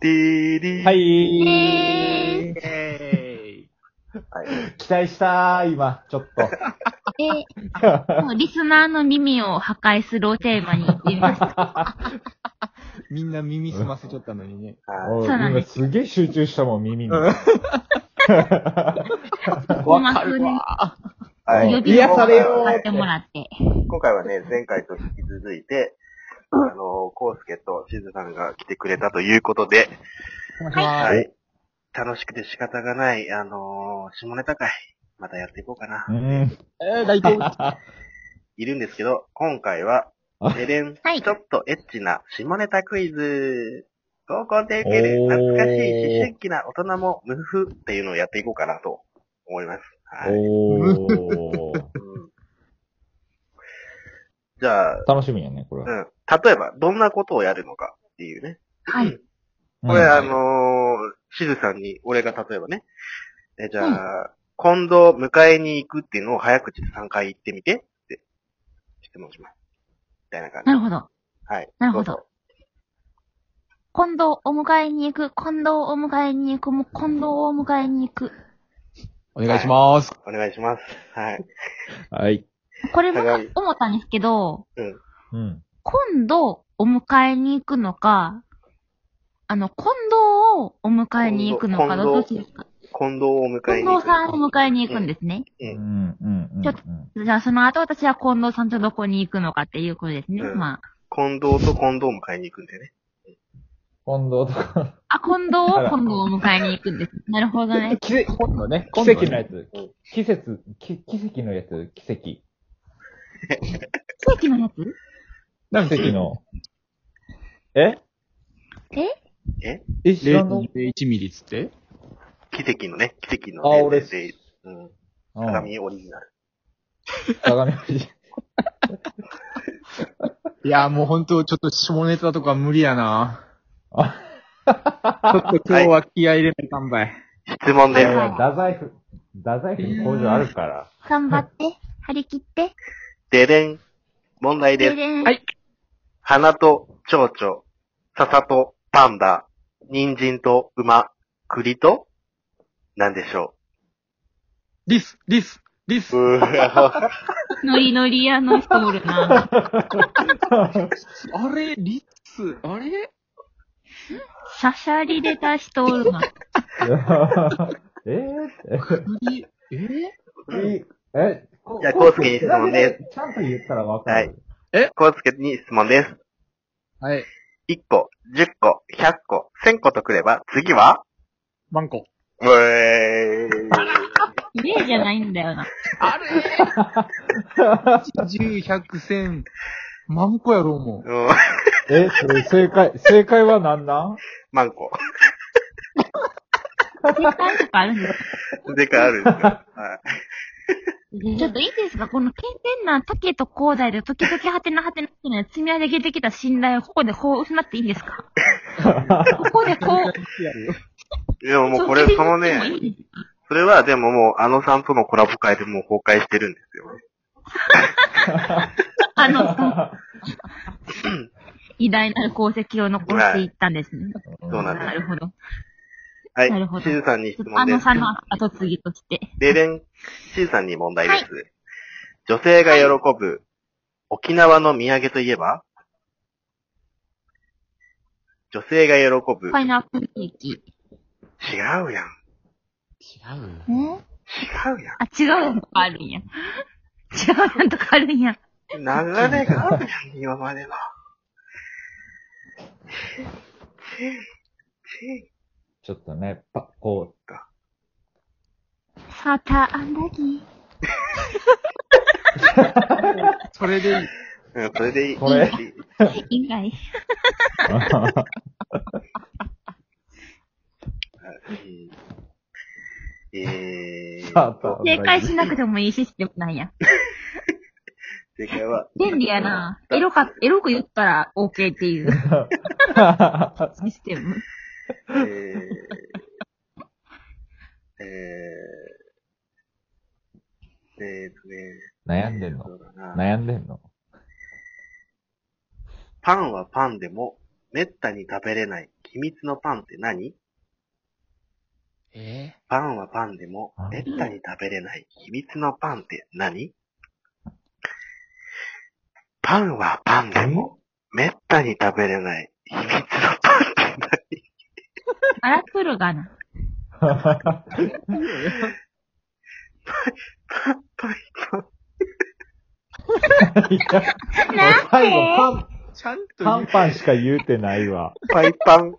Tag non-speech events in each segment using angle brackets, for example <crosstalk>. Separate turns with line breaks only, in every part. ディリー。
は
え
い。
えい。
はい。
期待したー、今、ちょっと。
で、もうリスナーの耳を破壊するをテーマに行って
<laughs>
みました。
みんな耳澄ませちゃったのにね。
おい
そうなん
今
です
げえ集中したもん、耳に。
うん
うまくね、
は
呼
い。
び
癒されよう
買ってもらって。
今回はね、前回と引き続いて、あの、コウスケとしずさんが来てくれたということで、
は
はい。楽しくて仕方がない、あのー下ネタ会、またやっていこうかな。
うん。
えー、大体。
いるんですけど、今回は、エレン、
はい
ちょっとエッチな下ネタクイズ。合コンで受ける懐かしい思春期な大人も無夫っていうのをやっていこうかなと思います。はい。
お
う
ー。
んじゃあ、
楽しみやね、これ
う
は。
ん。例えば、どんなことをやるのかっていうね。
はい。
これ、あ
うん
のー、しずさんに、俺が例えばね、え、じゃあ、今度迎えに行くっていうのを早口で3回言ってみてって質問します。みたいな感じ
な。るほど。
はい。
なるほど
うぞ。
今度お迎えに行く、今度お迎えに行く、もう今度お迎えに行く。
お願いします。
お願いします。はい。
はい。
これも
互い
思ったんですけど、
うん。
今度お迎えに行くのか、あの、今度をお迎えに行くのか、
近藤
どっちですか
今度をお迎えに
近
行
藤
く。
さんを迎えに行くんですね。
う
うんん、うん、うん。
ちょっじゃあその後私は近藤さんとどこに行くのかっていうことですね。
うん
ま
近藤と近藤を迎えに行くんだよね。
今度とか。
あ。あ、近藤を近藤を迎えに行くんです。なるほど
<laughs>
ね。
奇跡、今度ね、
奇跡のやつ。
つ。
季節、き奇跡のやつ、奇跡。
奇跡のやつ
なん
奇跡の。え
え
え、知らんの
0.01ミリっつって
奇跡のね、奇跡の、
あ
ね。
俺
で、うん。
うん
鏡オリジナル。
鏡富士
いや、もうほんと、ちょっと下ネタとか無理やな。
あ
ちょっと今日は気合い入れない乾杯。
質問
い
で
やいや、太宰府、太宰府に工場あるから。
頑張って、張り切って。
ででん。問題です。
で
はい
花と蝶々、笹とパンダ、人参と馬、栗と、なんでしょ
リス、リス、リス
う。。う
ノリノリ屋の人お
<laughs>
るな。
あれ、リス、あれ
シャシャリ出た人おるな。
<laughs> えー
リえ
ええ
じゃあコウスケに質問です
ちゃんと言ったらわかる。
コウスケに質問です。
はい。
1個、10個、100個、1000個とくれば、次は
マンコ。
うえー
ねえじゃないんだよな。
あれ ?10、100、千。マンコやろ、もう。
うん。
え、それ正解、正解は何なん <laughs>
マンコ。
正解とかあるんですか
でかあるんですよ。はい
ちょっといいですかこの健全な竹と広大で時々ハテナハテナっていうのは積み上げてきた信頼をここでこう失っていいんですかここでこう。
でももうこれ、その
<laughs>
ね、それはでももう、あのさんとのコラボ会でもう崩壊してるんですよ。
あの、偉大なる功績を残していったんですね。
そうなんです
なるほど。
はい
なるほ。
し
ど
ずさんに質問
あ
で
の
す。
さんの後継ぎとして。
でれん、しずさんに問題です。女性が喜ぶ、沖縄の土産といえば女性が喜ぶ、
パイナップルケーキ。
違うやん。
違う。
違
ね
うや
あ、違うのとかあるんや。違うのとかあるんや。
ん。流れがあるやん、今ま
<laughs>
での。
ちょっとね、パこ
サーターアンダギー。
それでいい。
うん、それでいい。
これ
以外。
うんえ
う、
ー、
さあ、
正解しなくてもいいシステムなんや。
正解は、
便利やな。エロか、エロく言ったら OK っていう
た。
システム。
えー、えー、えーとね、
<laughs> 悩んでん
そ
の
うだな
悩んでんの
パンはパンでも、めったに食べれない秘密のパンって何
え
パンはパンでも
あ、
めったに食べれない秘密のパンって何パンはパンでも、めったに食べれない秘密のパンって何
アラプルガな。
パン
いやもう最後、パン、
ー、 <laughs> ちゃんと
パ
言
ン
う。
パンしか言うてないわ。
パイパン。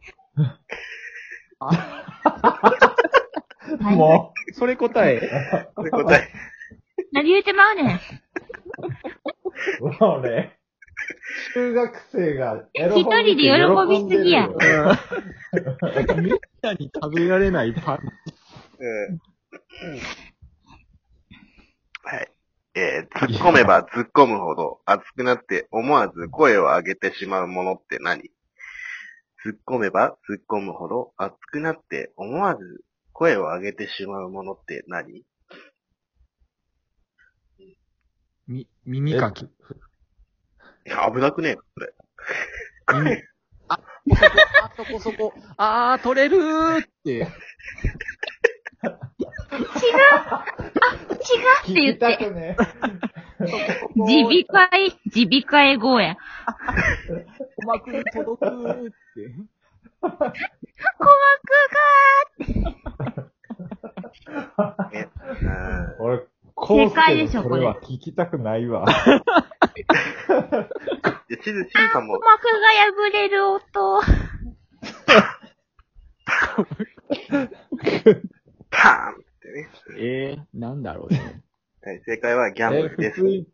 も
それ答え。
これ答え。
何言うてまうねん。
う、俺、中学生が喜んでて
一人で喜びすぎや
喜んでるよ
うん。めったに食べられないパン。
うんはい。えー、突っ込めば突っ込むほど熱くなって思わず声を上げてしまうものって何突っ込めば突っ込むほど熱くなって思わず声を上げてしまうものって何
み、耳かき。
いや危なくねえかそれ。
耳。あ、そこ、あそこそこ。あー、取れるーって。
違うって言
聞
っ
きた
て。
くね。
<laughs> 耳鼻科医、耳鼻科医号や。
鼓膜に届くーって。
ね、うん
俺、こう
正解でしょ
これは聞きたくないわ。
で、しず、しずさんも
鼓、膜が破れる音。
パーンってね。
えー、なんだろうね。
はい、正解はギャンブルです。
に。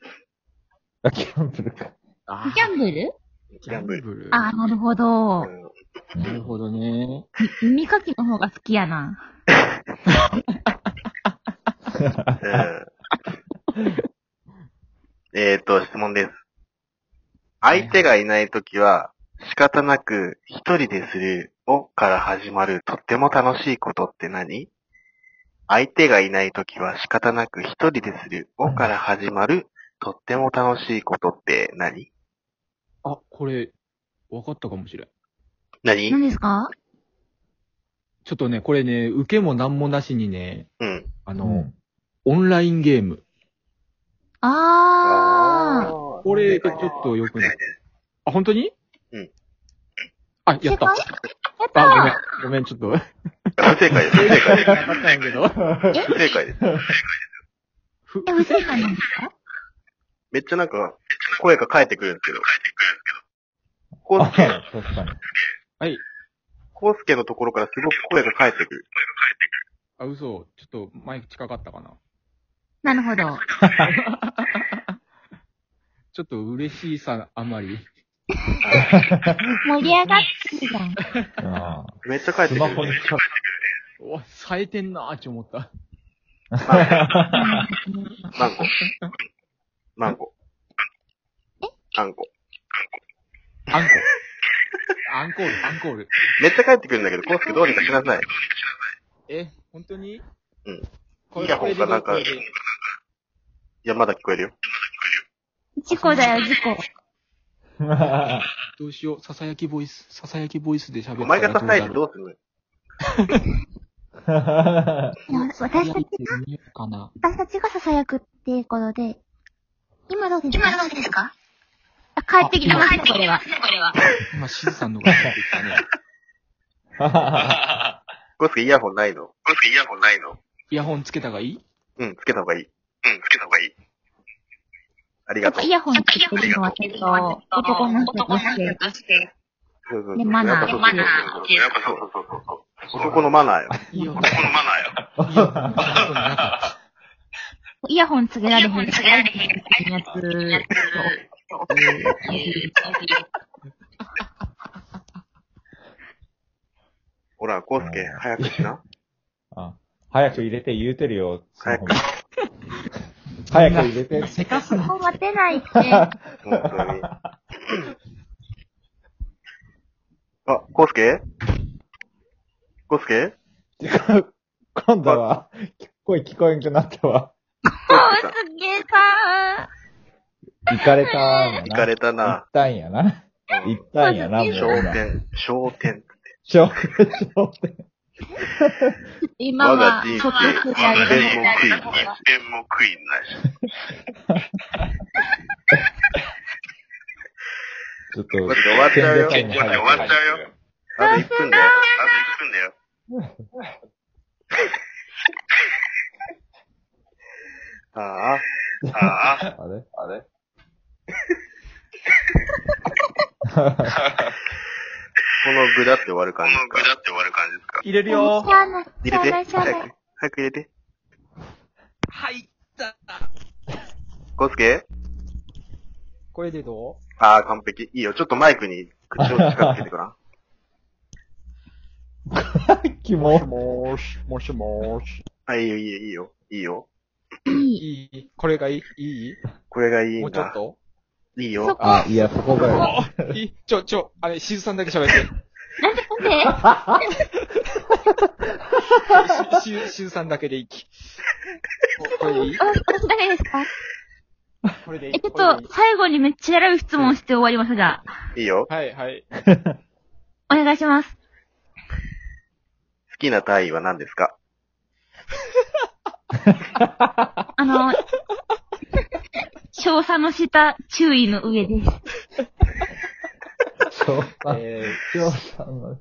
あ、キャンプルか。
あ
ギャンブ
ギ
ル
ャンブル。
ル
あー、なるほど
う。ん
なるほどね。
耳かきの方が好きやな。
<laughs> えっと、質問です。相手がいないときは、仕方なく一人でするをから始まるとっても楽しいことって何相手がいないときは仕方なく一人でするをから始まるとっても楽しいことって何
あ、これ、わかったかもしれん。
何
何ですか
ちょっとね、これね、受けも何もなしにね、
うん。
あ
あ
の、オンラインゲーム。
あー。
こ
これ、ちょっとよくない。あ、本当に
うん。
あ、やった。
正
あ
解、やった
ごめん。ごめん、ちょっと。
不正 <laughs> 解です。不正解です。
わかったんやけど。
不正解です。
ふ
え、不正解なんですか
めっちゃなんか、声が返ってくるんですけど。こう
確かに。
コウスケのところからすごく声が返ってくる。
あ、嘘。ちょっと、マイク近かったかな。
なるほど。
ちょっと嬉しいさ、あまり。
盛り上がってるじゃん。
あ
めっちゃ返っ
ー
てく
スマ
<laughs>
ホに
る。
近
うわ、冴えてんなーって思った。
マンゴー。マンゴー。マンゴー。
アンコ。アンコール、アンコール。
めっちゃ返ってくるんだけど、コウスケどうにかしなさい。
え、本当に
うん。
こ
イ
れ
ヤホンかなんか
これでこれで
いや、まだ聞こえるよ。
事故だよ、事故。
い。
どうしよう。ささやきボイス、ささやきボイスで喋ったら
お前が支えて
う
どうすんのよ。
いや私たち
だろうやってみようかな。
私たちが囁くっていうことで、今どうですか今どうですかあ、帰ってきてますね、これは。これは。
今、しずさんのが入ってきたね。
コウスケイヤホンないのコウスケイヤホンないの
イヤホンつけたがいい
うん、つけた方がいい。うん、つけた方がいい。あり
や
が
っぱ
とう。
イヤホンつけてるのはちょっと、男の人として。
そうそうそう
でマナ
やっ
ー
ぱそう
マナ
そうそうやっぱそうそうそうそう。男のマナーよ。
イヤホン。
男のマナーよ。
イヤホンなんか
イヤホンつけられへん。つけられへん。やつ。
ほら、コウスケ、早くしな。
あ早く入れて言うてるよ。
早く
早く入れて。
せかすな。
もう待てないって。
本当に。あ、コウスケコウスケ
今度は、声聞こえんくなったわ。
コウスケさん、
すげえさ
行かれたーもな。
行かれた
行っ
な。
たんやな。行ったんやな、もう
そ
焦
な。
点、焦点。
商商店。
今
我が、
は
人生、
ちょっと
一
食ってあげて
点
も
も悔
ら
い
え
な
た方
い。
が
一点も悔いなし。
ちょっ
待って終わっ
と、
ちゃうよ
宣伝会も
終わ
入
っ
っ
ちゃうよ。あと1分だよ。あと1分だよ。ああ、ああ、
てあれ
あれ
この具だって終わる感じですか。この具だって終わる感じですか。
入れるよ
し。ゃあない、しゃあ
入
な
れ
い、
て。
しゃあ
早
な
く
い。、
早く入れて。
入った。
コスケ
これでど
ああ、完璧。いいよ。ちょっとマイクに口を近づけてごらん。
<laughs> キ
うも
モ
し。もーし、もしもーし。
あ、いいよ、いいよ、いいよ。いいよ。
いい。
いいこれがいいい
これがいい
い
んだ。
もうちょっと
いい
そ
よ
っ。
あ、いや、そこが。
おいいちょ、ちょ、あれ、しずさんだけ喋って。
なんで、なんで
<laughs> しず、しずさんだけでいい。おこれでいい
あ私だけですか
これでいい
え、ちょっ
これでい
と、最後にめっちゃ選ぶ質問して終わりますが、
いいよ。
いはいはい。
お願いします。
好きな単位は何ですか
あの、調査の下、注意の上です。
商店。
え
商店の。
は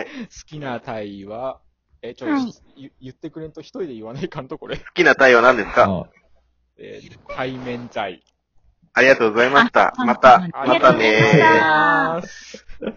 い。
ー、好きな体位は、え、ちょ、
はい
ゆ言ってくれんと一人で言わないかんと、これ。
好きな単位は何ですか
うん
えー、対面罪。
ありがとうございました。
あ
また、
あ
また
ありがとうござい
ねー
ま。した
ーす。